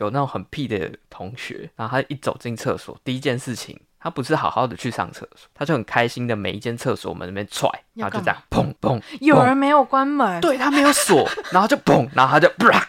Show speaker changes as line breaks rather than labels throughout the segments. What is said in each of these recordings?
有那种很屁的同学，然后他一走进厕所，第一件事情，他不是好好的去上厕所，他就很开心的每一间厕所门那边踹，
要
然后就这
干
样砰砰，
有
砰
人没有关门，
对他没有锁，然后就砰，然后他就啪。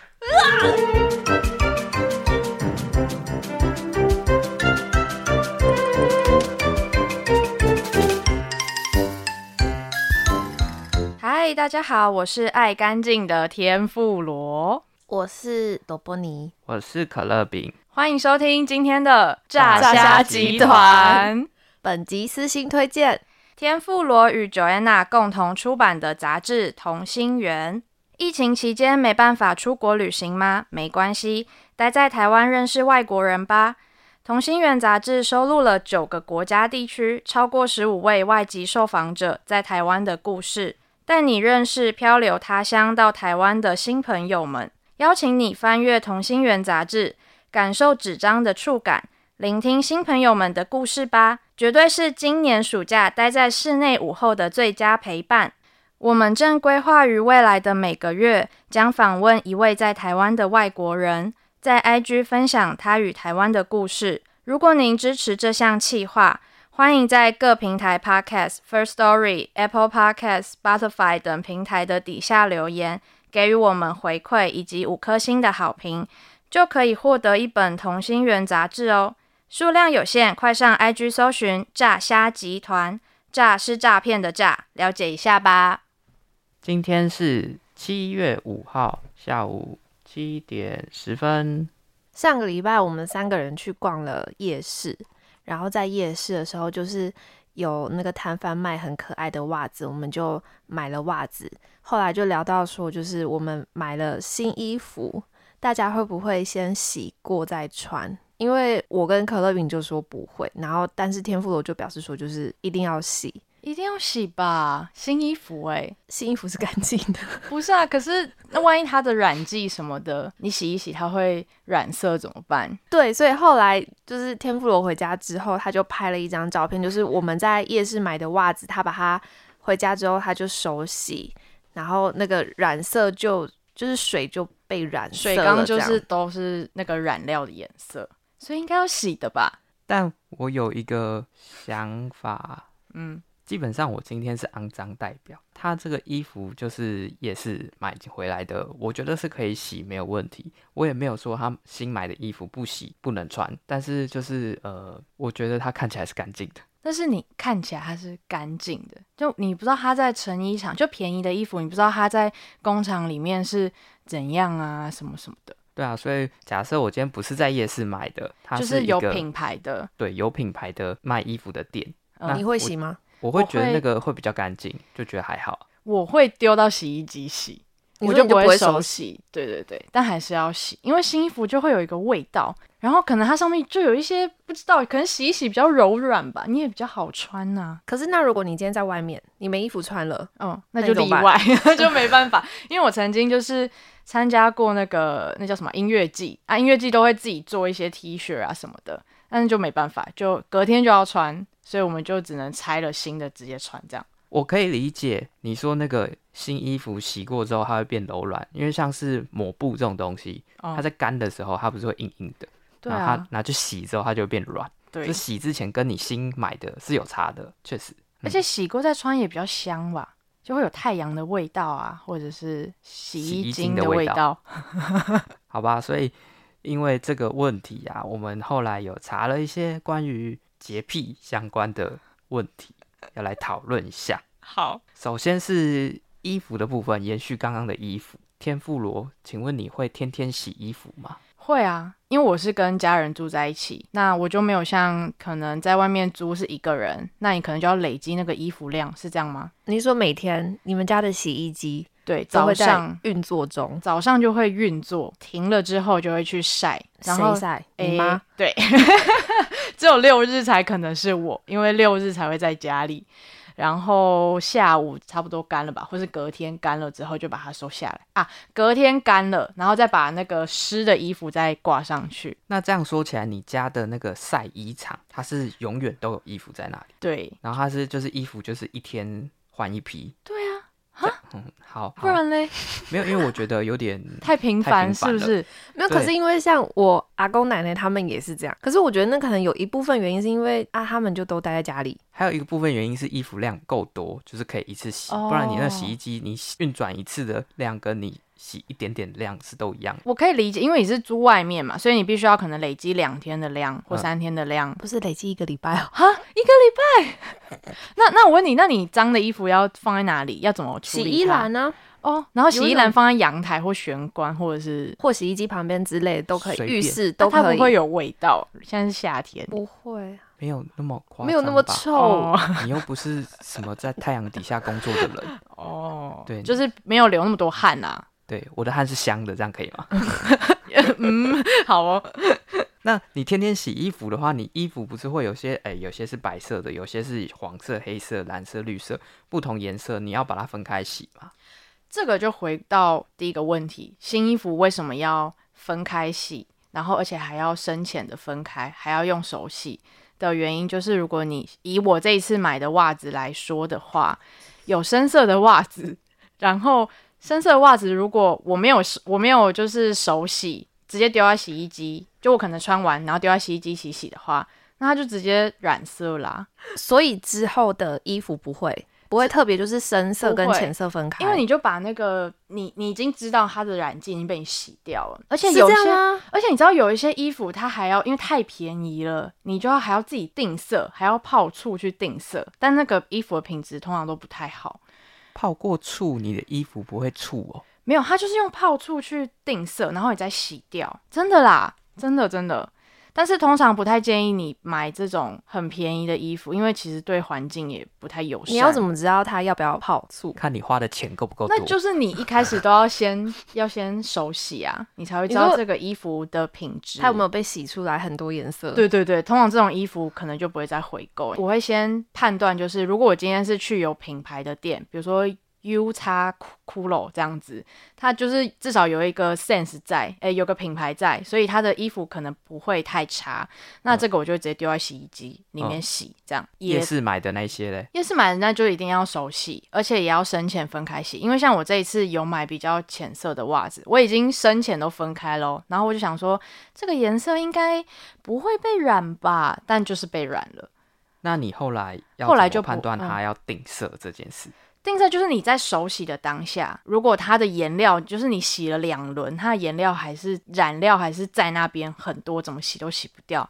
嗨，大家好，我是爱干净的天妇罗，
我是朵波尼，
我是可乐饼，
欢迎收听今天的炸虾
炸虾
集
集
团
团。本集私信推荐。
天妇罗与 Joanna 共同出版的杂志《同心圆》。疫情期间没办法出国旅行吗？没关系，待在台湾认识外国人吧。《同心圆》杂志收录了九个国家地区超过十五位外籍受访者在台湾的故事，带你认识漂流他乡到台湾的新朋友们。邀请你翻阅《同心圆》杂志，感受纸张的触感，聆听新朋友们的故事吧，绝对是今年暑假待在室内午后的最佳陪伴。我们正规划于未来的每个月，将访问一位在台湾的外国人，在 IG 分享他与台湾的故事。如果您支持这项企划，欢迎在各平台 Podcast、First Story、Apple Podcast、Spotify 等平台的底下留言，给予我们回馈以及五颗星的好评，就可以获得一本《同心圆》杂志哦。数量有限，快上 IG 搜寻“诈虾集团”，诈是诈骗的诈，了解一下吧。
今天是七月五号下午七点十分。
上个礼拜我们三个人去逛了夜市，然后在夜市的时候，就是有那个摊贩卖很可爱的袜子，我们就买了袜子。后来就聊到说，就是我们买了新衣服，大家会不会先洗过再穿？因为我跟可乐饼就说不会，然后但是天妇罗就表示说，就是一定要洗，
一定要洗吧，新衣服哎、
新衣服是干净的。
不是啊，可是那万一它的染剂什么的，你洗一洗它会染色怎么办？
对，所以后来就是天妇罗回家之后，他就拍了一张照片，就是我们在夜市买的袜子，他把它回家之后他就手洗，然后那个染色就就是水就被染色
水
了
缸就
这样
是都是那个染料的颜色，所以应该要洗的吧？
但我有一个想法，
嗯，
基本上我今天是肮脏代表，他这个衣服就是也是买回来的，我觉得是可以洗没有问题，我也没有说他新买的衣服不洗不能穿，但是就是呃，我觉得它看起来是干净的。
但是你看起来它是干净的，就你不知道它在成衣厂就便宜的衣服，你不知道它在工厂里面是怎样啊，什么什么的，
对啊，所以假设我今天不是在夜市买的，它
就是是有
一个
品牌的。
对有品牌的卖衣服的店，
嗯
你
那
会洗吗？
我会
我
觉得
会
那个会比较干净，就觉得还好。
我会丢到洗衣机洗，
你
我
说
就
你就不
会
会
手
手
洗。对对对，但还是要洗，因为新衣服就会有一个味道，然后可能它上面就有一些不知道，可能洗一洗比较柔软吧，你也比较好穿呐、
可是那如果你今天在外面，你没衣服穿了，
嗯，那
那
就
你怎
例
么办
外， 就没办法。因为我曾经就是参加过那个那叫什么音乐季啊，音乐季都会自己做一些 T 恤啊什么的，但是就没办法，就隔天就要穿，所以我们就只能拆了新的直接穿这样。
我可以理解你说那个新衣服洗过之后它会变柔软，因为像是抹布这种东西，
哦
它在干的时候它不是会硬硬的，
对
然后它
啊，
拿去洗之后它就会变软。
对
就，洗之前跟你新买的是有差的，确实。
而且洗过再穿也比较香吧，就会有太阳的味道啊，或者是
洗
洗衣
衣
精
精的
味
味道。好吧，所以因为这个问题啊，我们后来有查了一些关于洁癖相关的问题，要来讨论一下。
好，
首先是衣服的部分，延续刚刚的衣服。天妇罗，请问你会天天洗衣服吗？
会啊，因为我是跟家人住在一起，那我就没有像可能在外面租是一个人，那你可能就要累积那个衣服量，是这样吗？
你说每天你们家的洗衣机
对，
都
早
会在
上
运作中，
早上就会运作，停了之后就会去晒，然后
谁晒？
诶
你妈？
对， 只有六日才可能是我，因为六日才会在家里。然后下午差不多干了吧，或是隔天干了之后就把它收下来啊。隔天干了，然后再把那个湿的衣服再挂上去。
那这样说起来，你家的那个晒衣场，它是永远都有衣服在那里，
对
然后它是就是衣服就是一天换一批，
对啊，
嗯，好，
不
好，
然嘞，
没有，因为我觉得有点
太频繁
太频繁
是不是？
没有，可
对
是因为像我阿公奶奶他们也是这样，可是我觉得那可能有一部分原因是因为啊，他们就都待在家里，
还有一个部分原因是衣服量够多，就是可以一次
哦
洗，不然你那洗衣机你洗运转一次的量跟你洗一点点量是都一样。
我可以理解，因为你是租外面嘛，所以你必须要可能累积两天的量或
嗯
三天的量。
不是累积一个礼拜哦，
哈，一个礼拜？那那我问你，那你脏的衣服要放在哪里？要怎么处
洗
理它？
衣篮呢、
哦，然后洗
有一
衣
种
篮放在阳台或玄关，或者是
或洗衣机旁边之类的都可以，
随便
浴室都
它
可
不
以，
会有味道。现在是夏天，
不会
没有那么夸张吧，
没有那么臭，
哦
你又不是什么在太阳底下工作的人。
哦，
对
就是没有流那么多汗 啊。
对，我的汗是香的，这样可以吗？
嗯，好哦，
那你天天洗衣服的话，你衣服不是会有些哎、有些是白色的，有些是黄色、黑色、蓝色、绿色，不同颜色，你要把它分开洗嘛？
这个就回到第一个问题：新衣服为什么要分开洗？然后而且还要深浅的分开，还要用手洗的原因，就是如果你以我这一次买的袜子来说的话，有深色的袜子，然后深色的袜子如果我没有我没有就是手洗，直接丢在洗衣机，就我可能穿完然后丢在洗衣机洗洗的话，那它就直接染色啦。
所以之后的衣服不会不会特别就是深色
不
跟
会
浅色分开，
因为你就把那个你你已经知道它的染剂已经被你洗掉了，而且
是
有一
这
些，
样吗？
而且你知道有一些衣服它还要因为太便宜了，你就要还要自己定色，还要泡醋去定色，但那个衣服的品质通常都不太好。
泡过醋，你的衣服不会醋哦。
没有，它就是用泡醋去定色，然后你再洗掉，真的啦，真的真的。但是通常不太建议你买这种很便宜的衣服，因为其实对环境也不太友善。
你要怎么知道它要不要泡醋？
看你花的钱够不够多。
那就是你一开始都要先要先手洗啊，你才会知
你
道
说
这个衣服的品质。
它有没有被洗出来很多颜色？
对对对，通常这种衣服可能就不会再回购。我会先判断，就是如果我今天是去有品牌的店，比如说 U 叉骷髅这样子，它就是至少有一个 sense 在，诶、有个品牌在，所以它的衣服可能不会太差。那这个我就直接丢在洗衣机里面洗，这样也
夜市买的那些嘞，
夜市买的那就一定要手洗，而且也要深浅分开洗。因为像我这一次有买比较浅色的袜子，我已经深浅都分开喽。然后我就想说，这个颜色应该不会被染吧？但就是被染了。
那你后来要
后
怎么
来就不
判断
嗯
它要定色这件事，
定色就是你在手洗的当下，如果它的颜料就是你洗了两轮，它的颜料还是染料还是在那边很多，怎么洗都洗不掉，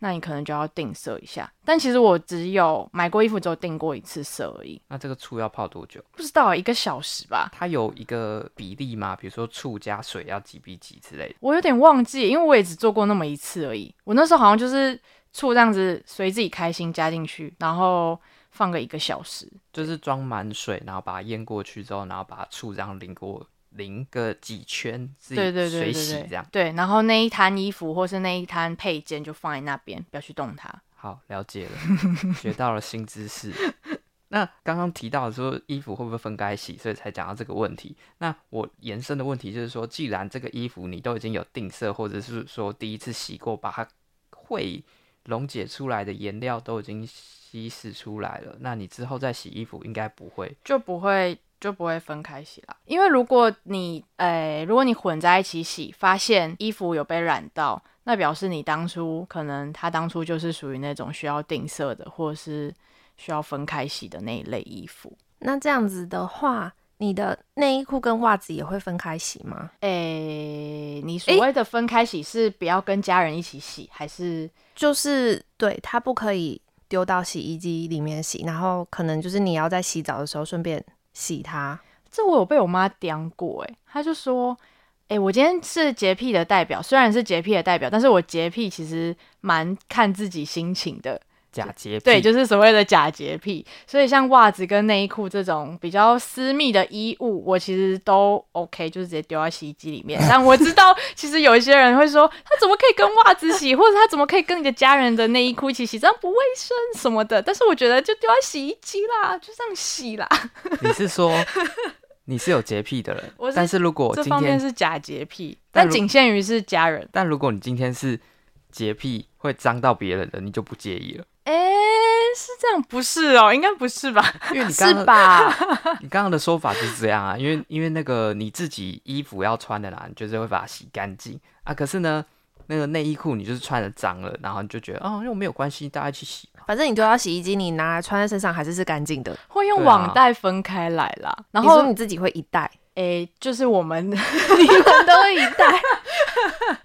那你可能就要定色一下。但其实我只有买过衣服，只有定过一次色而已，
那这个醋要泡多久？
不知道一个小时吧。
它有一个比例吗？比如说醋加水要几比几之类的。
我有点忘记，因为我也只做过那么一次而已。我那时候好像就是醋这样子随自己开心加进去，然后放个一个小时。
就是装满水，然后把它淹过去之后，然后把醋这样淋过淋个几圈，自己
对对对
水
对
洗
对
这样。
对，然后那一摊衣服或是那一摊配件就放在那边，不要去动它。
好，了解了，学到了新知识。 那刚刚提到说衣服会不会分开洗，所以才讲到这个问题。那我延伸的问题就是说，既然这个衣服你都已经有定色，或者是说第一次洗过，把它会溶解出来的颜料都已经稀释出来了，那你之后再洗衣服应该不会
就不会就不会分开洗啦。因为如果你诶、如果你混在一起洗，发现衣服有被染到，那表示你当初可能它当初就是属于那种需要定色的，或者是需要分开洗的那一类衣服。
那这样子的话，你的内衣裤跟袜子也会分开洗吗？
诶、你所谓的分开洗是不要跟家人一起洗，还是
就是对，它不可以丢到洗衣机里面洗，然后可能就是你要在洗澡的时候顺便洗它。
这我有被我妈刁过、欸，她就说，哎、我今天是洁癖的代表，虽然是洁癖的代表，但是我洁癖其实蛮看自己心情的，
假洁癖。
对，就是所谓的假洁癖。所以像袜子跟内衣裤这种比较私密的衣物，我其实都 OK，就是直接丢到洗衣机里 面。但我知道，其实有一些人会说，他怎么可以跟袜子洗， 或者他怎么可以跟你的家人的内衣裤一起洗，这样不卫生什么的。但是我觉得就丢到洗衣机啦，就这样洗啦。
你是 说你是有洁癖的人
我，是
但是如果
这
今
方面
天，
是假洁癖，
但
但
如
仅限于是家人。
但如果你今天是洁癖会脏到别人的，你就不介意了。
哎、是这样，不是哦，应该不是吧？
因 为你刚
是
刚
吧？
你刚刚的说法是这样啊，因为因为那个你自己衣服要穿的啦，你就是会把它洗干净啊。可是呢，那个内衣裤你就是穿的脏了，然后你就觉得哦，又没有关系，大家一起洗嘛。
反正你丢到洗衣机，你拿来穿在身上还是是干净的。
会用
对啊
网袋分开来啦，然
你说
后
你自己会一袋，
诶，就是 我们
你们都会一袋，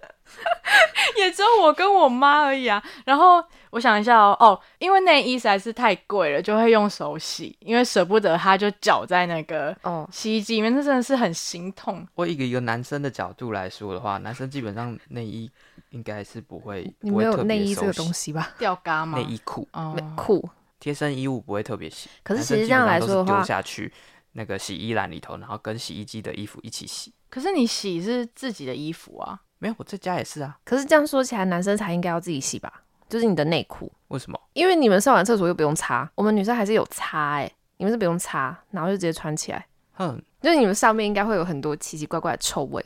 也只有我跟我妈而已啊。然后我想一下哦，哦，因为内衣实在是太贵了，就会用手洗，因为舍不得它就搅在那个
哦
洗衣机里面，那真的是很心痛。
我以一个一个男生的角度来说的话，男生基本上内衣应该是不会
你
不
没
会
有
特
内
别
衣这
手
个东
洗，
西吧？
吊嘎吗？
内衣裤、
哦
没，酷，
贴身衣物不会特别洗。
可是
男生
其实
基
这样
本上
来
都
说的
是
话
丢下去那个洗衣篮里头，然后跟洗衣机的衣服一起洗。
可是你洗是自己的衣服啊，
没有，我在家也是啊。
可是这样说起来，男生才应该要自己洗吧？就是你的内裤，
为什么？
因为你们上完厕所又不用擦，我们女生还是有擦哎、你们是不用擦，然后就直接穿起来，
哼，
就是你们上面应该会有很多奇奇怪怪的臭 味，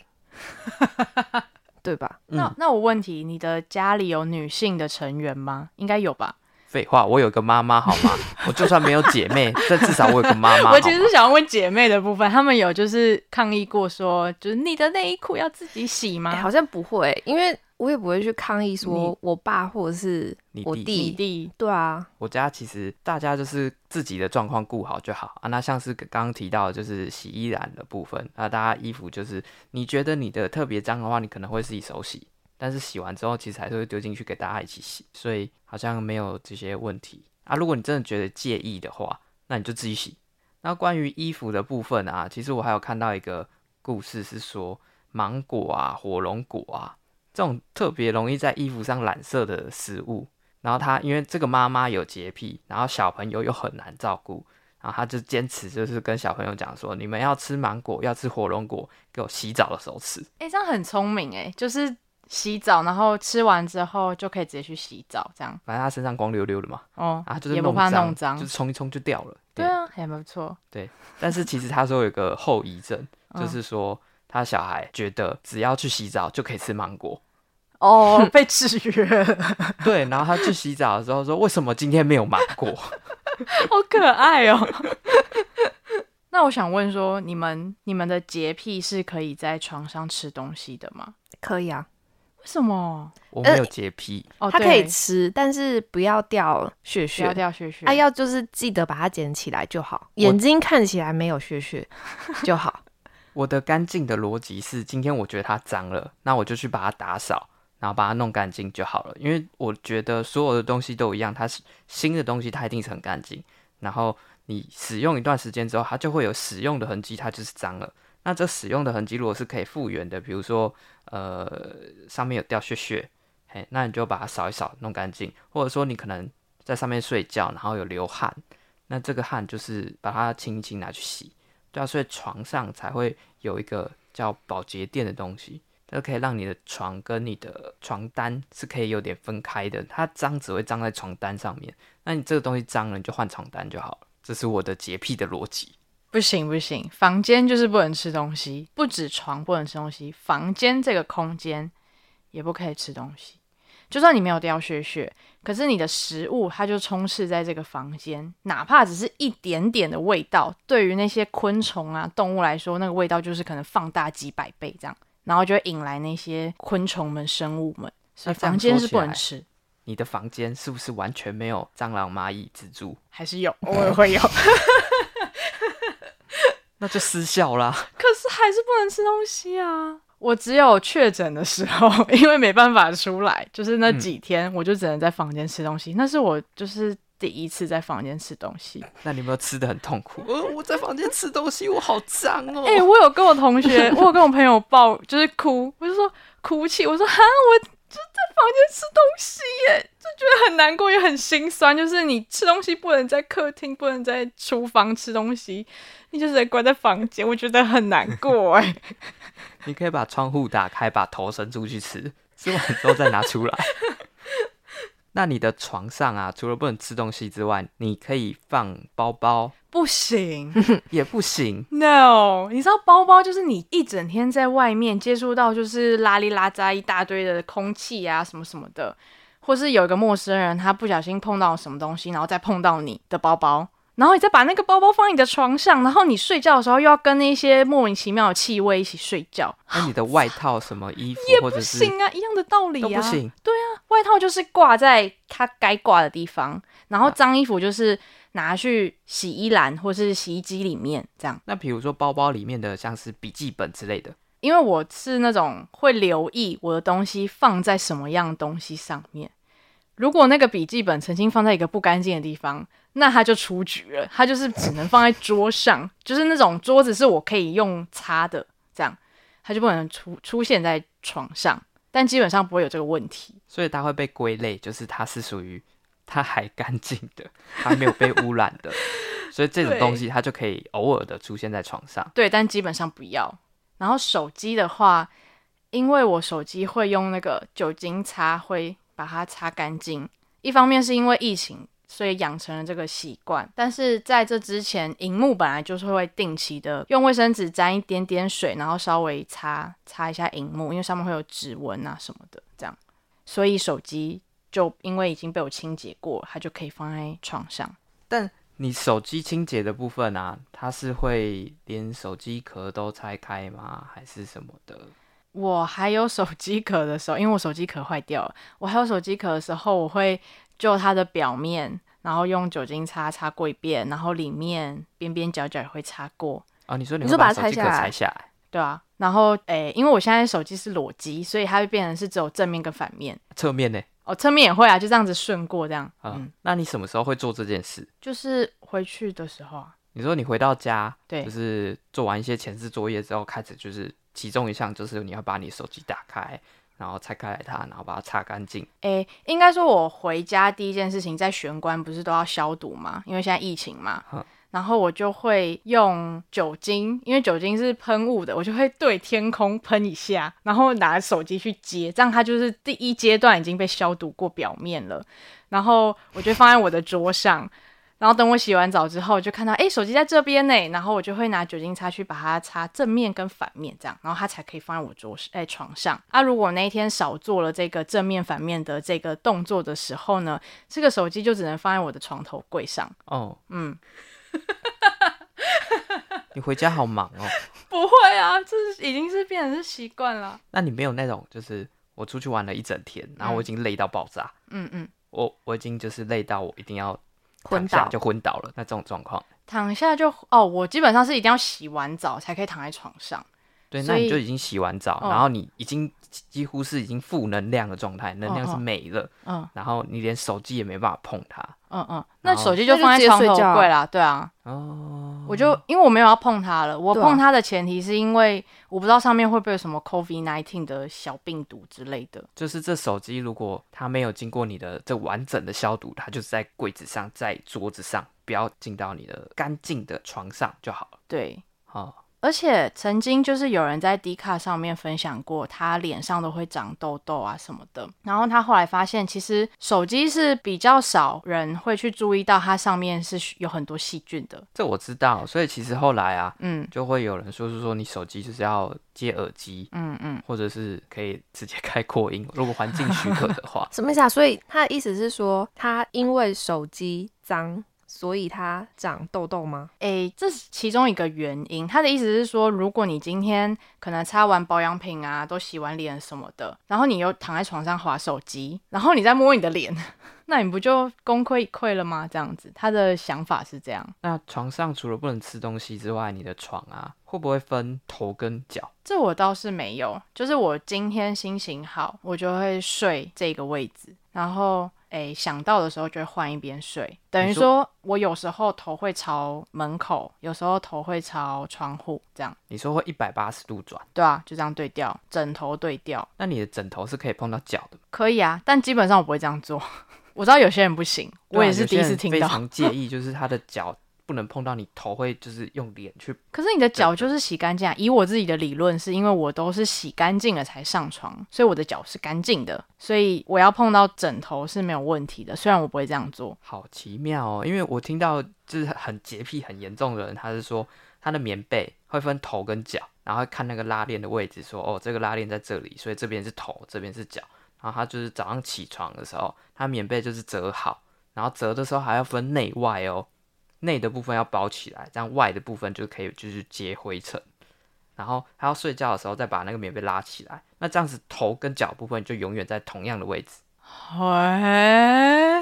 对吧？
嗯
那那我问题，你的家里有女性的成员吗？应该有吧。
废话，我有个妈妈好吗？我就算没有姐妹，但至少我有个妈妈。
我其实
好
是
吗
想问姐妹的部分，她们有就是抗议过说，就是你的内衣裤要自己洗吗？
哎、好像不会、因为我也不会去抗议说我爸或者是
你
我
弟
你
弟，
弟
对啊，
我家其实大家就是自己的状况顾好就好啊。那像是刚刚提到的就是洗衣篮的部分，那大家衣服就是你觉得你的特别脏的话，你可能会自己手洗，但是洗完之后其实还是会丢进去给大家一起洗，所以好像没有这些问题啊。如果你真的觉得介意的话，那你就自己洗。那关于衣服的部分啊，其实我还有看到一个故事是说，芒果啊、火龙果啊这种特别容易在衣服上染色的食物，然后她因为这个妈妈有洁癖，然后小朋友又很难照顾，然后她就坚持就是跟小朋友讲说，你们要吃芒果，要吃火龙果，给我洗澡的时候吃。
哎、这样很聪明哎、就是洗澡，然后吃完之后就可以直接去洗澡，这样
反正她身上光溜溜的嘛，
哦，
啊，就是
也不怕弄脏，
就是冲一冲就掉了。
对啊，还不错，
但是其实他说有个后遗症，就
嗯
是说他小孩觉得只要去洗澡就可以吃芒果，
哦，被制约了，
对，然后他去洗澡的时候说为什么今天没有芒果？
好可爱哦。 那我想问说，你们你们的洁癖是可以在床上吃东西的吗？
可以啊，
为什么？
我没有洁癖，
哦，
它可以
对
吃，但是不要掉血
不
血，
要掉屑屑。
啊，要就是记得把它捡起来就好，眼睛看起来没有 血血就好。
我的干净的逻辑是，今天我觉得它脏了，那我就去把它打扫，然后把它弄干净就好了。因为我觉得所有的东西都一样，它是新的东西，它一定是很干净。然后你使用一段时间之后，它就会有使用的痕迹，它就是脏了。那这使用的痕迹如果是可以复原的，比如说呃上面有掉屑屑，嘿，那你就把它扫一扫，弄干净。或者说你可能在上面睡觉，然后有流汗，那这个汗就是把它轻轻拿去洗。对啊，所以床上才会有一个叫保洁垫的东西，它可以让你的床跟你的床单是可以有点分开的，它脏只会脏在床单上面。那你这个东西脏了，你就换床单就好了。这是我的洁癖的逻辑。
不行不行，房间就是不能吃东西，不止床不能吃东西，房间这个空间也不可以吃东西。就算你没有掉屑屑，可是你的食物它就充斥在这个房间，哪怕只是一点点的味道，对于那些昆虫啊、动物来说，那个味道就是可能放大几百倍这样，然后就会引来那些昆虫们、生物们，所以
那这样
房间
说
是
起
不能
来
吃。
你的房间是不是完全没有蟑螂、蚂蚁、蜘蛛？
还是有，偶尔会有，可
那就失效啦。
是还是不能吃东西啊。我只有确诊的时候， 因为没办法出来，就是那几天，我就只能在房间吃东西。那是我就是第一次在房间吃东西。
那你有没有吃的很痛苦？ 呃，我在房间吃东西，我好脏哦。
哎、我有跟我同 学，我有跟我朋友抱，就是哭，我就说哭泣，我说哈，我就在房间吃东西耶，就觉得很难过，也很心酸。就是你吃东西不能在客厅，不能在厨房吃东西，你就是得关在房间，我觉得很难过哎。
你可以把窗户打开，把头伸出去吃，吃完之后再拿出来。 那你的床上啊，除了不能吃东西之外，你可以放包包
不行
也不行。
，no！你知道包包就是你一整天在外面接触到就是拉里拉扎一大堆的空气啊什么什么的，或是有一个陌生人他不小心碰到什么东西，然后再碰到你的包包，然后你再把那个包包放你的床上，然后你睡觉的时候又要跟那些莫名其妙的气味一起睡觉，
那你的外套、什么衣服或者
不
是
行啊，一样的道理
都
啊，
不行，
外套就是挂在它该挂的地方，然
啊
后脏衣服就是拿去洗衣篮或是洗衣机里面这样。
那比如说包包里面的像是笔记本之类的，
因为我是那种会留意我的东西放在什么样的东西上面。如果那个笔记本曾经放在一个不干净的地方，那它就出局了，它就是只能放在桌上， 就是那种桌子是我可以用擦的，这样它就不能出出现在床上。但基本上不会有这个问题。
所以它会被归类，就是它是属于它还干净的，还没有被污染的，所以这种东西它就可以偶尔的出现在床上。
对，但基本上不要。然后手机的话，因为我手机会用那个酒精擦，会把它擦干净。一方面是因为疫情，所以养成了这个习惯。但是在这之前，荧幕本来就是会定期的用卫生纸沾一点点水，然后稍微擦擦一下荧幕，因为上面会有指纹啊什么的，这样。所以手机就因为已经被我清洁过，它就可以放在床上。
你手机清洁的部分啊，它是会连手机壳都拆开吗？还是什么的？
我还有手机壳的时候，因为我手机壳坏掉了，我还有手机壳的时候，我会就它的表面，然后用酒精擦擦过一遍，然后里面边边角角也会擦过，
啊，你说你
你
会
说
把
把它
手
拆
机壳
下
拆
来
下来，
对啊。然后诶、因为我现在手机是裸机，所以它会变成是只有正面跟反面。
侧面呢？
哦，侧面也会啊，就这样子顺过，这样嗯
啊、那你什么时候会做这件事？
就是回去的时候啊，
你说你回到家，
对
就是做完一些前置作业之后，开始就是其中一项就是你要把你手机打开，然后拆开来它，然后把它擦干净。
诶、应该说我回家第一件事情，在玄关不是都要消毒吗？因为现在疫情嘛
嗯。
然后我就会用酒精，因为酒精是喷雾的，我就会对天空喷一下，然后拿手机去接，这样它就是第一阶段已经被消毒过表面了。然后我就放在我的桌上，然后等我洗完澡之后，就看到诶，手机在这边呢，然后我就会拿酒精擦去把它擦正面跟反面这样，然后它才可以放在我桌诶床上。啊，如果那一天少做了这个正面反面的这个动作的时候呢，这个手机就只能放在我的床头柜上。
哦，
嗯，
你回家好忙哦。
不会啊，这是已经是变成是习惯了。
那你没有那种就是我出去玩了一整天，然后我已经累到爆炸，
嗯嗯，
我我已经就是累到我一定要躺
昏
下
倒
就昏倒了那这种状况。
躺下就哦，我基本上是一定要洗完澡才可以躺在床上。
对，
所
那你
以
就已经洗完澡，
哦
然后你已经几几乎是已经负能量的状态，能量是
哦
没了，
嗯
然后你连手机也没办法碰它。
嗯嗯，
然
那
后
手机就
那就
放在
直接
床
睡
头
觉啊
柜啦。对啊，
哦，
我就因为我没有要碰它了，我
对啊。
碰它的前提是因为我不知道上面会不会有什么 COVID nineteen 的小病毒之类的。
就是这手机如果它没有经过你的这完整的消毒，它就是在柜子上，在桌子上，不要进到你的干净的床上就好了。
对，
哦，
而且曾经就是有人在 D 卡上面分享过，他脸上都会长痘痘啊什么的。然后他后来发现，其实手机是比较少人会去注意到它上面是有很多细菌的。
这我知道，所以其实后来啊，
嗯
就会有人说是说你手机就是要接耳机，
嗯嗯，
或者是可以直接开扩音，如果环境许可的话
什么意思啊？所以他的意思是说，他因为手机脏，所以他长痘痘吗？
诶，这是其中一个原因。他的意思是说，如果你今天可能擦完保养品啊，都洗完脸什么的，然后你又躺在床上划手机，然后你再摸你的脸， 那你不就功亏一篑了吗？这样子，他的想法是这样。
那床上除了不能吃东西之外，你的床啊会不会分头跟脚？
这我倒是没有，就是我今天心情好，我就会睡这个位置，然后诶想到的时候就会换一边睡，等于
你
说我有时候头会朝门口，有时候头会朝窗户，这样
你说会一百八十度转，
对啊，就这样对调，枕头对调
那你的枕头是可以碰到脚的吗。
可以啊，但基本上我不会这样做。 我知道有些人不行，我
对啊
也是
有些
第一
人
次听
非
到。
常介意，就是他的脚不能碰到你头，会就是用脸去。
可是你的脚就是洗干净啊！以我自己的理论，是因为我都是洗干净了才上床，所以我的脚是干净的，所以我要碰到枕头是没有问题的。虽然我不会这样 做，
好奇妙哦，因为我听到就是很洁癖很严重的人，他是说他的棉被会分头跟脚，然后看那个拉链的位置说哦这个拉链在这里，所以这边是头，这边是脚，然然后他就是早上起床的时候，他棉被就是折好，然后折的时候还要分内外哦，内的部分要包起来，这样外的部分就可以就是接灰尘。然后他要睡觉的时候再把那个棉被拉起来，那这样子头跟脚部分就永远在同样的位置。
哎，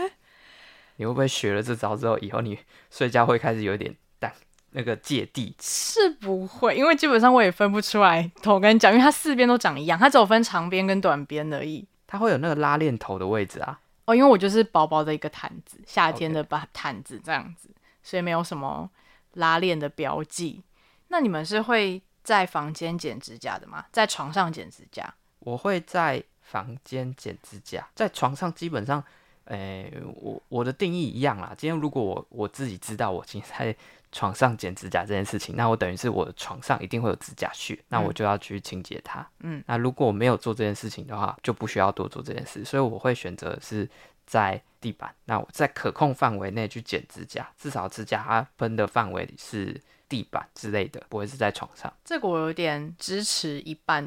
你会不会学了这招之后，以后你睡觉会开始有点 淡那个芥蒂？
是不会，因为基本上我也分不出来头跟脚，因为它四边都长一样，它只有分长边跟短边而已。
它会有那个拉链头的位置啊。
哦，因为我就是薄薄的一个毯子，夏天的把毯子这样子所以没有什么拉链的标记。那你们是会在房间剪指甲的吗？在床上剪指甲？
我会在房间剪指甲，在床上基本上，诶、我我的定义一样啦。今天如果我我自己知道我今天在床上剪指甲这件事情，那我等于是我的床上一定会有指甲屑，那我就要去清洁它。
嗯，
那如果我没有做这件事情的话，就不需要多做这件事，所以我会选择是在地板，那我在可控范围内去剪指甲，至少指甲它喷的范围是地板之类的，不会是在床上。
这个我有点支持一半，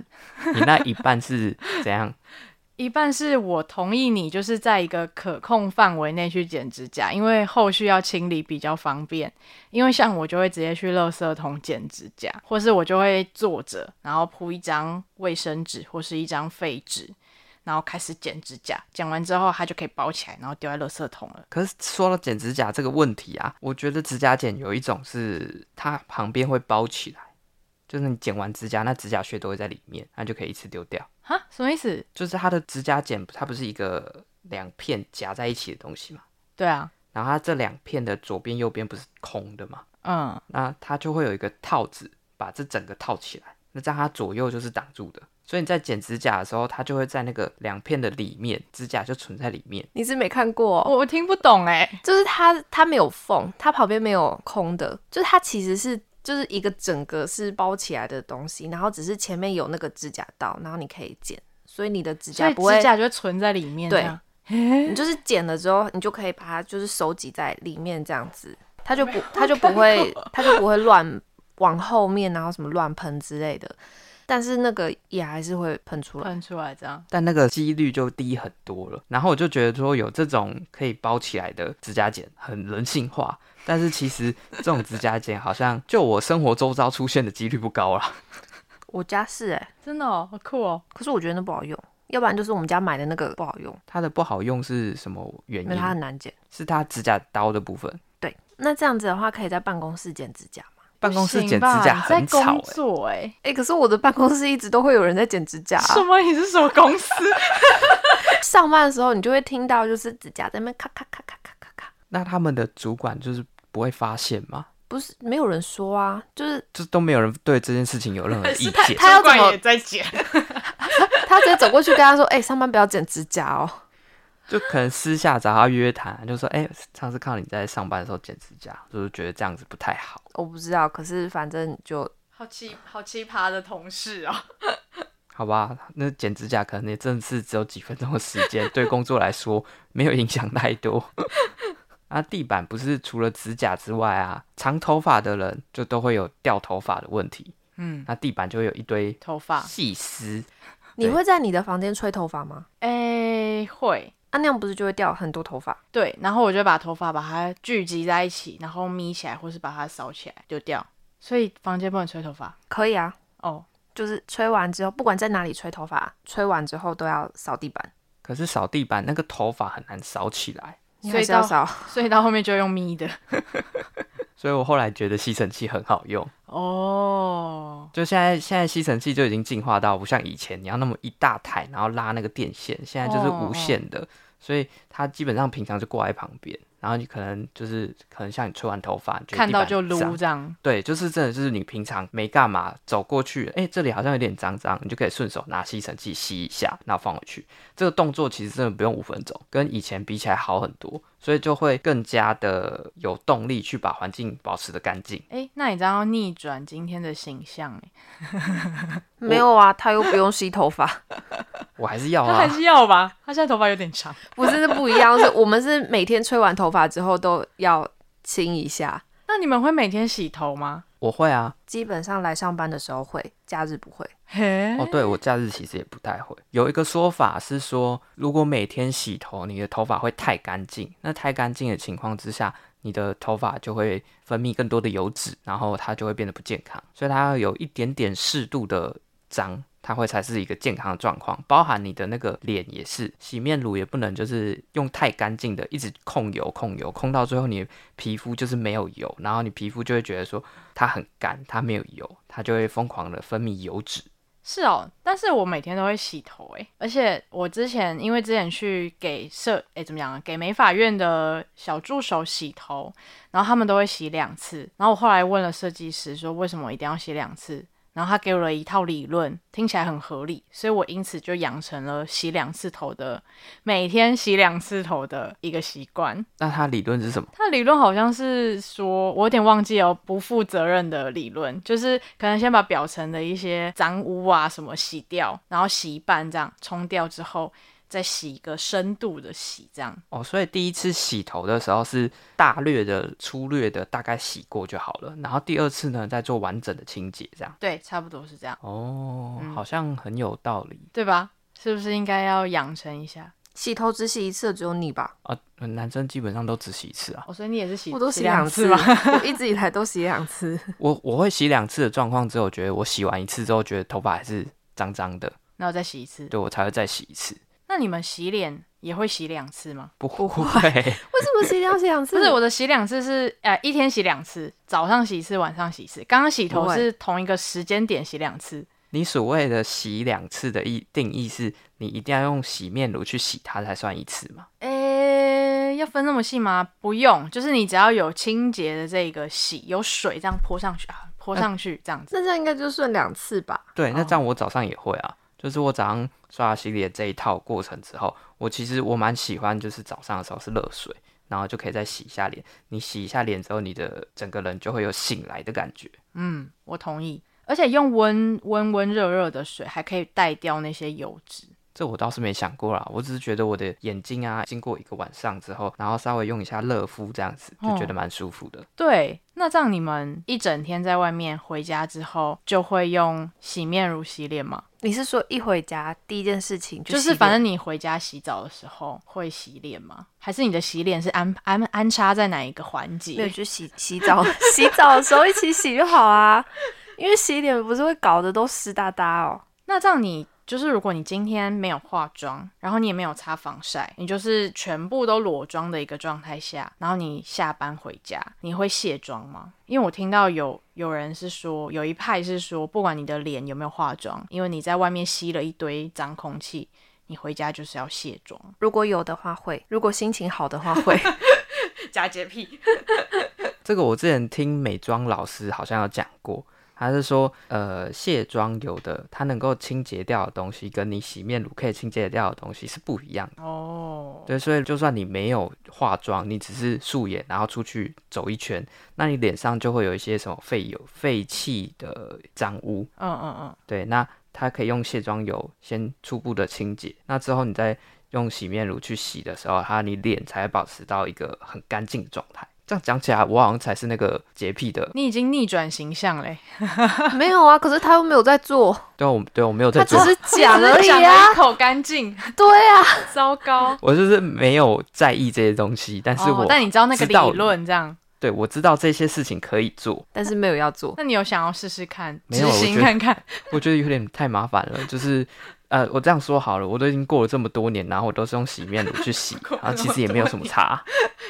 你那一半是怎样？
一半是我同意你，就是在一个可控范围内去剪指甲，因为后续要清理比较方便。因为像我就会直接去垃圾桶剪指甲，或是我就会坐着，然后铺一张卫生纸或是一张废纸，然后开始剪指甲。剪完之后，它就可以包起来，然后丢在垃圾桶了。
可是说到剪指甲这个问题啊，我觉得指甲剪有一种是它旁边会包起来，就是你剪完指甲，那指甲屑都会在里面，那就可以一次丢掉。
哈，什么意思？
就是它的指甲剪，它不是一个两片夹在一起的东西嘛？
对啊，
然后它这两片的左边右边不是空的嘛？
嗯，
那它就会有一个套子把这整个套起来，那这样它左右就是挡住的。所以你在剪指甲的时候，它就会在那个两片的里面，指甲就存在里面。
你是没看过哦、
我我听不懂哎、
就是它它没有缝，它旁边没有空的，就是它其实是就是一个整个是包起来的东西，然后只是前面有那个指甲刀，然后你可以剪，所以你的指
所
甲
以
不会，
指甲就会存在里面。
对
这样，
你就是剪了之后，你就可以把它就是收集在里面这样子，它就不它就不会它就不会乱往后面，然后什么乱喷之类的，但是那个也还是会喷出来。
喷出来这样。
但那个几率就低很多了。然后我就觉得说，有这种可以包起来的指甲剪很人性化，但是其实这种指甲剪好像就我生活周遭出现的几率不高啦。
我家是哎、
真的哦，好酷哦！
可是我觉得那不好用，要不然就是我们家买的那个不好用，
它的不好用是什么原
因为它
因？
很难剪。
是它指甲刀的部分。
对，那这样子的话，可以在办公室剪指甲吗？
办公室
不
剪
行
指
吧
甲
你在
很吵、
工
欸，
作哎、
哎、可是我的办公室一直都会有人在剪指甲、啊
什么？你是什么公 司？
上班的时候你就会听到，就是指甲在那边咔咔咔咔咔咔咔，
那他们的主管就是不会发现吗？
不是没有人说啊，就是
就都没有人对这件事情有任 何意见。
他要怎么
在剪？
他直接走过去跟他说：“哎、上班不要剪指甲哦。
就可能私下找他约谈，就说：“哎、上次看到你在上班的时候剪指甲，就是觉得这样子不太好。””
我不知道，可是反正就
好奇好奇葩的同事哦。
好吧，那剪指甲可能也真的是只有几分钟的时间，对工作来说没有影响太多。 啊，地板不是除了指甲之外啊，长头发的人就都会有掉头发的问题，
嗯，
那地板就会有一堆
头发，
细丝。
你会在你的房间吹头发吗？
哎、会。
啊，那样不是就会掉很多头发？
对，然后我就把头发把它聚集在一起，然后眯起来，或是把它扫起来丢掉。所以房间不能吹头发
可以啊，
哦。
就是吹完之后，不管在哪里吹头发，吹完之后都要扫地板，
可是扫地板那个头发很难扫起来，
你
所
还
以
是要
到
扫。
所以到后面就用眯的
所以我后来觉得吸尘器很好用。
哦。
就现在，现在吸尘器就已经进化到不像以前你要那么一大台，然后拉那个电线，现在就是
哦
无线的，所以它基本上平常就挂在旁边，然后你可能就是可能像你吹完头发，你觉得
哦看
地
到
板
就
很脏
撸这样，
对，就是真的就是你平常没干嘛走过去，哎、这里好像有点脏脏，你就可以顺手拿吸尘器吸一下，然后放回去。这个动作其实真的不用五分钟，跟以前比起来好很多，所以就会更加的有动力去把环境保持的干净。
哎，那你知道逆转今天的形象哎，
没有啊，他又不用吸头发，
我还是要
他还
啊，
是要吧？他现在头发有点长，
不是是不一样，是我们是每天吹完头发之后都要清一下。
那你们会每天洗头吗？
我会啊，
基本上来上班的时候会，假日不会。
嘿
哦，对我假日其实也不太会。有一个说法是说，如果每天洗头，你的头发会太干净。那太干净的情况之下，你的头发就会分泌更多的油脂，然后它就会变得不健康。所以它要有一点点适度的脏，它会才是一个健康的状况。包含你的那个脸也是，洗面乳也不能就是用太干净的，一直控油控油，控到最后你皮肤就是没有油，然后你皮肤就会觉得说它很干，它没有油，它就会疯狂的分泌油脂。
是哦，但是我每天都会洗头诶，而且我之前因为之前去给社诶怎么讲啊，给美发院的小助手洗头，然后他们都会洗两次，然后我后来问了设计师说为什么一定要洗两次，然后他给我了一套理论，听起来很合理，所以我因此就养成了洗两次头的每天洗两次头的一个习惯。
那它理论是什么？
他理论好像是说，我有点忘记哦，不负责任的理论，就是可能先把表层的一些脏污啊什么洗掉，然后洗一半这样冲掉之后，再洗一个深度的洗这样。
哦，所以第一次洗头的时候是大略的、粗略的大概洗过就好了，然后第二次呢再做完整的清洁，这样。
对，差不多是这样，
哦，
嗯
好像很有道理
对吧？是不是应该要养成一下？
洗头只洗一次的只有你吧？
啊、呃男生基本上都只洗一次啊，
哦，所以你也是洗，
我都洗
两
两次
吧？
我一直以来都洗两次。
我我会洗两次的状况之后，觉得我洗完一次之后，觉得头发还是脏脏的，
然后再洗一次。
对我才会再洗一次。
那你们洗脸也会洗两次吗？
不
不
会，
为什么洗两洗两次？
不是我的洗两次是，呃，一天洗两次，早上洗一次，晚上洗一次。刚刚洗头
不会
是同一个时间点洗两次，
你所谓的洗两次的一定义是，你一定要用洗面乳去洗它才算一次嘛？
诶、要分那么细吗？不用，就是你只要有清洁的这个洗，有水这样泼上去啊，
呃
泼上去这样子。
那这样应该就算两次吧？
对，那
哦
这样我早上也会啊，就是我早上刷牙洗脸这一套过程之后，我其实我蛮喜欢，就是早上的时候是热水，然后就可以再洗一下脸。你洗一下脸之后，你的整个人就会有醒来的感觉。
嗯，我同意。而且用温温温热热的水，还可以带掉那些油脂。
这我倒是没想过啦，我只是觉得我的眼睛啊，经过一个晚上之后，然后稍微用一下热敷这样子，就觉
哦
得蛮舒服的。
对，那这样你们一整天在外面回家之后，就会用洗面乳洗脸吗？
你是说一回家第一件事情就
就是反正你回家洗澡的时候会洗脸吗？还是你的洗脸是安安安插在哪一个环
没有
节？
就洗洗澡， 洗澡的时候一起洗就好啊。因为洗脸不是会搞得都湿哒哒哦。
那这样你就是，如果你今天没有化妆，然后你也没有擦防晒，你就是全部都裸妆的一个状态下，然后你下班回家，你会卸妆吗？因为我听到有有人是说，有一派是说，不管你的脸有没有化妆，因为你在外面吸了一堆脏空气，你回家就是要卸妆，
如果有的话会，如果心情好的话 会。
假洁癖。
这个我之前听美妆老师好像有讲过，他是说，呃，卸妆油的它能够清洁掉的东西，跟你洗面乳可以清洁掉的东西是不一样的。
哦，
对，所以就算你没有化妆，你只是素颜，然后出去走一圈，那你脸上就会有一些什么废油、废气的脏污。
嗯嗯嗯，
对，那它可以用卸妆油先初步的清洁，那之后你再用洗面乳去洗的时候，它你脸才会保持到一个很干净的状态。这样讲起来，我好像才是那个洁癖的，
你已经逆转形象欸嘞。
没有啊，可是他又没有在做，
对我对我没有在
他只
做，
是讲而
讲
已
了
啊
一。口干净，
对啊，
糟糕。
我就是没有在意这些东西，但是我、
哦、但你知道那个
知道
理论这样，
对我知道这些事情可以做，
但是没有要做。
那你有想要试试看，
没
执
有我
行
觉得
看看？
我觉得有点太麻烦了，就是。呃，我这样说好了，我都已经过了这么多年，然后我都是用洗面乳去洗
过，了
然后其实也没有什么差，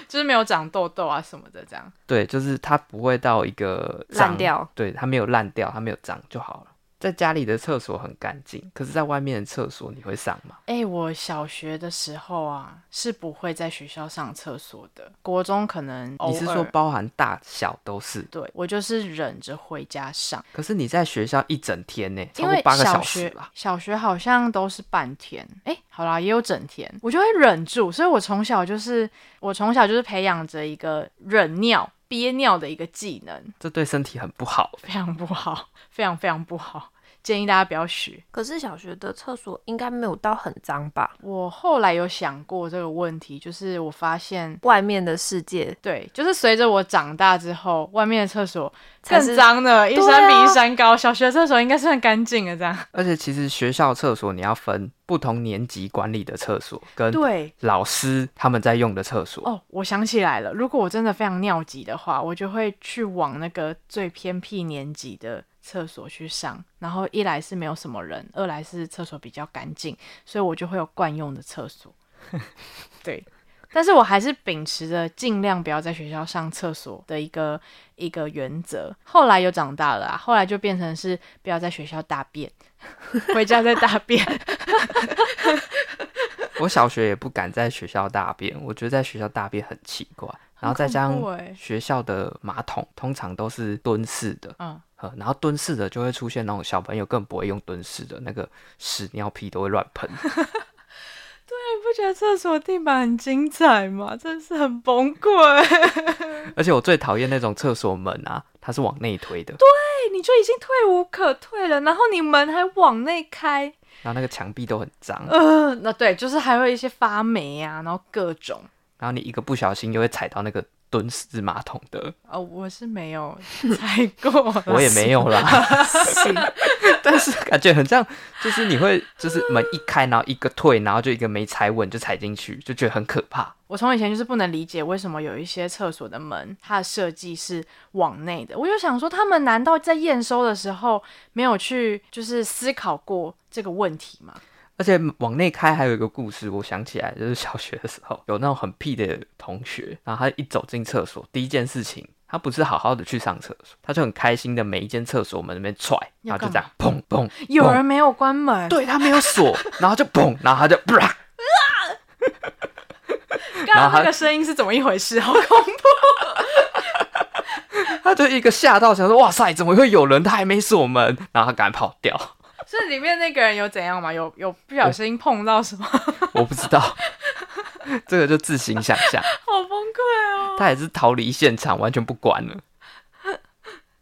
就是没有长痘痘啊什么的这样。
对，就是它不会到一个
烂
脏
掉，
对，它没有烂掉，它没有脏就好了。在家里的厕所很干净，可是在外面的厕所你会上吗？
哎、我小学的时候啊，是不会在学校上厕所的。国中可能偶尔
你是说包含大小都是？
对我就是忍着回家上，
可是你在学校一整天呢，超
因
过
为
八个小时
学
吧？
小学好像都是半天，哎、好啦，也有整天，我就会忍住。所以我从小就是我从小就是培养着一个忍尿憋尿的一个技能。
这对身体很不好。
非常不好，非常非常不好。建议大家不要学。
可是小学的厕所应该没有到很脏吧？
我后来有想过这个问题，就是我发现，
外面的世界
对，就是随着我长大之后，外面的厕所
才
更
是
脏了，一
对
山比
啊
一山高。小学厕所应该是很干净的，这样。
而且其实学校厕所你要分不同年级管理的厕所跟
对，
老师他们在用的厕所。
哦，我想起来了，如果我真的非常尿急的话，我就会去往那个最偏僻年级的厕所去上。然后一来是没有什么人，二来是厕所比较干净，所以我就会有惯用的厕所。 对，但是我还是秉持着尽量不要在学校上厕所的一个一个原则。后来又长大了啊，后来就变成是不要在学校大便， 回家再大 便。
我小学也不敢在学校大便，我觉得在学校大便很奇怪，然后再加
恐怖欸
上学校的马桶通常都是蹲式的，
嗯，
呃，然后蹲式的就会出现那种小朋友更不会用蹲式的那个屎尿屁都会乱喷，
你不觉得厕所地板很精彩吗？真是很崩溃。
而且我最讨厌那种厕所门啊，它是往内推的，
哎你就已经退无可退了，然后你门还往内开，
然后那个墙壁都很脏，
呃，那对，就是还会一些发霉啊，然后各种。
然后你一个不小心又会踩到那个蹲式马桶的，
呃，我是没有踩过啦，
我也没有啦，但是感觉很像，就是你会就是门一开，然后一个退，然后就一个没踩稳就踩进去，就觉得很可怕。
我从以前就是不能理解为什么有一些厕所的门它的设计是往内的，我就想说他们难道在验收的时候没有去就是思考过这个问题吗？
而且往内开还有一个故事，我想起来，就是小学的时候 有那种很屁的同学，然后他一走进厕所，第一件事情他不是好好的去上厕所，他就很开心的每一间厕所门那边踹，然
要
后
干
就
嘛
这样砰砰，
有
砰
人没有关门，
对他没有锁，然后就砰，然后他就啪，
刚
然
刚
后他
那个声音是怎么一回事？好恐怖！
他就一个吓到，想说哇塞，怎么会有人？他还没锁门，然后他赶快跑掉。
所以里面那个人有怎样吗？有有不小心碰到什么？
我不知道，这个就自行想象。
好崩溃哦！
他也是逃离现场，完全不管了。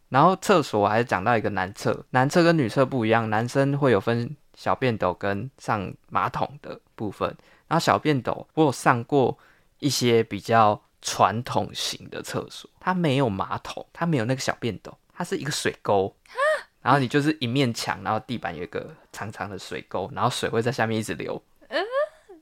然后厕所我还讲到一个男厕，男厕跟女厕不一样，男生会有分小便斗跟上马桶的部分。然后小便斗我有上过一些比较传统型的厕所，它没有马桶，它没有那个小便斗，它是一个水沟。然后你就是一面墙，然后地板有一个长长的水沟，然后水会在下面一直流。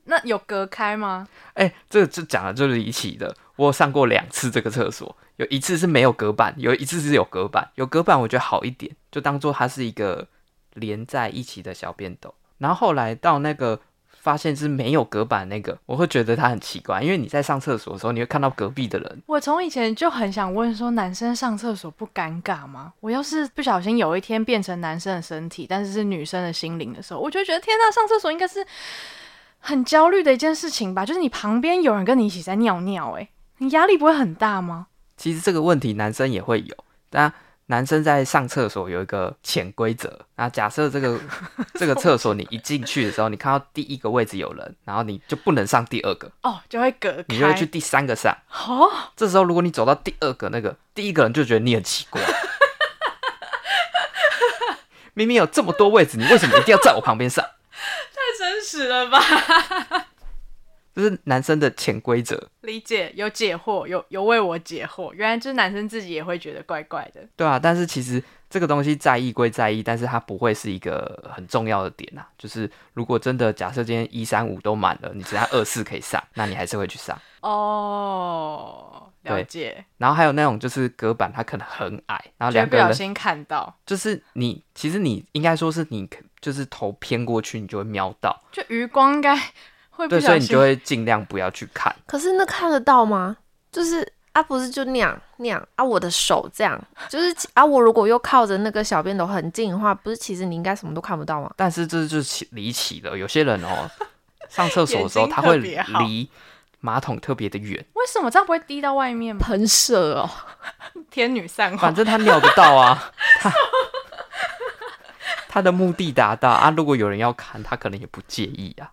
那有隔开吗？
哎、这个就讲的最离奇的，我有上过两次这个厕所，有一次是没有隔板，有一次是有隔板。有隔板我觉得好一点，就当做它是一个连在一起的小便斗。然后后来到那个发现是没有隔板那个，我会觉得它很奇怪，因为你在上厕所的时候，你会看到隔壁的人。
我从以前就很想问说，男生上厕所不尴尬吗？我要是不小心有一天变成男生的身体，但是是女生的心灵的时候，我就会觉得天呐，上厕所应该是很焦虑的一件事情吧？就是你旁边有人跟你一起在尿尿、欸，你压力不会很大吗？
其实这个问题男生也会有，但男生在上厕所有一个潜规则。那假设这个这个厕所你一进去的时候，你看到第一个位置有人，然后你就不能上第二个，
哦，就会隔开。
你就会去第三个上。
哦，
这时候如果你走到第二个那个，第一个人就觉得你很奇 怪。明明有这么多位置，你为什么一定要在我旁边上？
太真实了吧？
这是男生的潜规则，
理解，有解惑，有有为我解惑。原来就是男生自己也会觉得怪怪的。
对啊。但是其实这个东西在意归在意，但是它不会是一个很重要的点啊。就是如果真的假设今天一三五都满了，你只剩二四可以上，那你还是会去上。
哦，了
对
解，
然后还有那种就是隔板，它可能很矮，然后
就
啊两
不
个
小
人
心看到，
就是你，其实你应该说是你就是头偏过去，你就会瞄到。
就余光应该 会不
对，所
小
以你
心
就。会尽量不要去看。
可是那看得到吗？就是啊，不是就那样那样啊，我的手这样，就是啊，我如果又靠着那个小便斗很近的话，不是其实你应该什么都看不到吗？
但是这就是奇离奇的，有些人哦，上厕所的时候
眼睛
他会
特别好
离马桶特别的远，
为什么这样不会滴到外面吗？
喷射哦，
天女散花
反，正他尿不到啊。他他的目的达到啊，如果有人要看，他可能也不介意啊。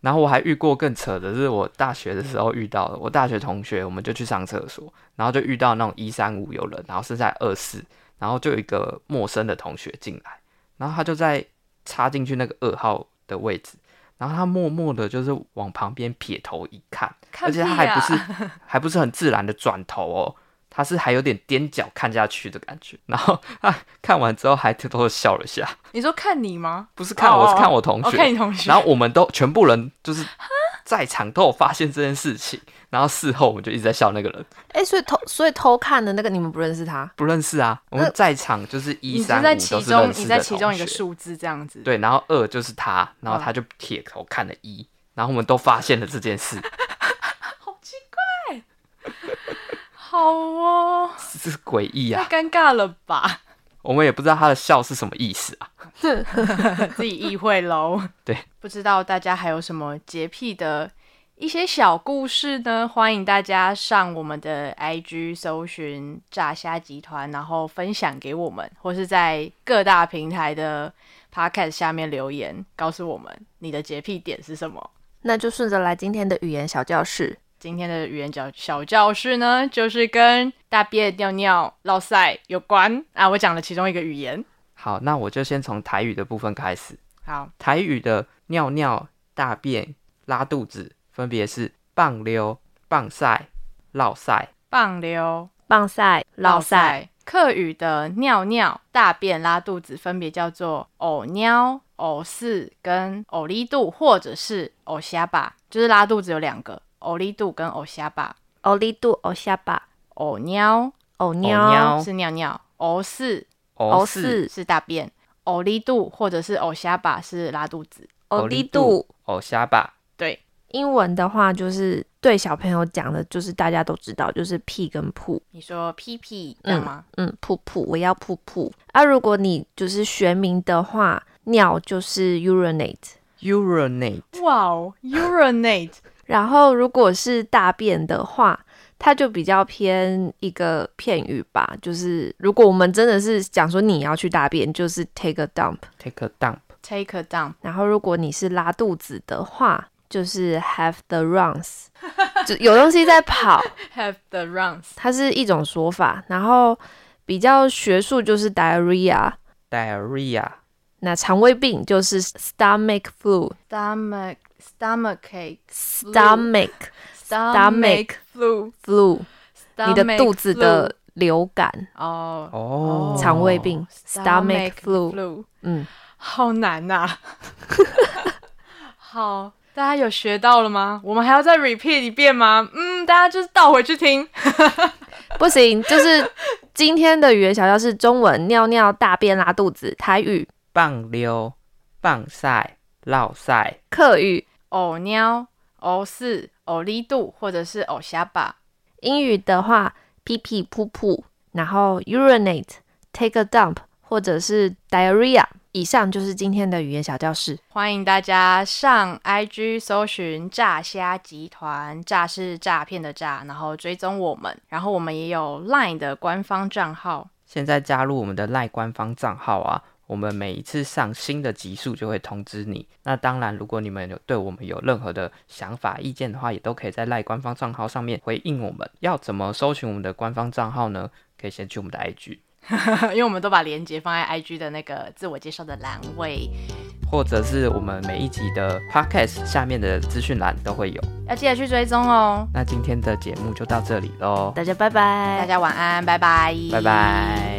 然后我还遇过更扯的是，我大学的时候遇到的，我大学同学，我们就去上厕所，然后就遇到那种一三五有人，然后剩下二四，然后就有一个陌生的同学进来，然后他就在插进去那个二号的位置，然后他默默的就是往旁边撇头一看，
看
而且他
屁
还
啊
不 是还不是很自然的转头哦，他是还有点踮脚看下去的感觉。然后他看完之后还偷偷的笑了一下，
你说看你吗？
不是看我，
哦哦
是看我同
我
学。
看你同学，
然后我们都全部人就是在场都有发现这件事情，然后事后我们就一直在笑那个人，
哎、所以偷所以偷看的那个你们不认识他，
不认识啊。我们在场就是一
你是
三
在
五
其
都是
中
认识的同学，
你在其中一个数字这样子，，
对，然后二就是他，然后
嗯
他就铁头看了一，然后我们都发现了这件事，
好奇怪， 好哦，
这是诡异
太
啊！
尴尬了吧，
我们也不知道他的笑是什么意思啊。
自己意会喽。
对，
不知道大家还有什么洁癖的一些小故事呢？欢迎大家上我们的 IG 搜寻“炸虾集团”，然后分享给我们，或是在各大平台的 Podcast 下面留言，告诉我们你的洁癖点是什么。
那就顺着来今天的语言小教室。
今天的语言小小教室呢，就是跟大便、尿尿、落塞有关啊。我讲了其中一个语言。
好，那我就先从台语的部分开始。
好，
台语的尿尿、大便、拉肚子分别是棒溜、棒晒、落晒。
棒溜、
棒赛、
落
老赛、
塞。客语的尿尿、大便、拉肚子分别叫做呕尿、呕四跟呕力度，或者是呕虾巴，就是拉肚子有两个，呕力度跟呕虾巴。
欧力度、欧下巴、
呕尿
欧
欧
妞、
喵
是尿尿，呕四
哦
哦是
是大便，呕力度或者是呕虾巴是拉肚子。
欧力度。、
哦虾吧，
对，
英文的话，就是对小朋友讲的，就是大家都知道，就是屁跟噗，
你说屁屁这样吗？
嗯，噗噗，我要噗噗。啊，如果你就是学名的话，尿就是 urinate，
urinate
哇哦，urinate，
然后如果是大便的话，它就比较偏一个片语吧，就是如果我们真的是讲说你要去大便，就是 take a dump，
take a dump
take a dump，
然后如果你是拉肚子的话，就是 have the runs，就 有东西在跑。
have the runs，
它是一种说法，然后比较学术就是 diarrhea，
diarrhea
那肠胃病就是 stomach
stomach stomach ache
flu，stomach Stomach
flu，
flu，你的
stomach
肚子的流感，
flu 哦
哦，
肠胃病
stomach
stomach flu，
flu
嗯，
好难呐、 好，大家有学到了吗？我们还要再 repeat 一遍吗？嗯，大家就是倒回去听。
不行， 就是今天的语言小教室，中文尿尿、大便、拉肚子，台语、
棒溜、棒晒、落晒、
客语、
呕哦尿、呕四、呕力度，或者是呕下巴。
英语的话，屁屁、噗噗，然后 urinate、take a dump 或者是 diarrhea。以上就是今天的语言小教室。
欢迎大家上 IG 搜寻“诈虾集团”，诈是诈骗的诈，然后追踪我们，然后我们也有 LINE 的官方账号。
现在加入我们的赖官方账号啊，我们每一次上新的集数就会通知你。那当然，如果你们有对我们有任何的想法、意见的话，也都可以在赖官方账号上面回应我们。要怎么搜寻我们的官方账号呢？可以先去我们的 IG，
因为我们都把链接放在 IG 的那个自我介绍的栏位，
或者是我们每一集的 Podcast 下面的资讯栏都会有。
要记得去追踪哦。
那今天的节目就到这里喽，
大家拜拜，
大家晚安，拜拜，
拜拜。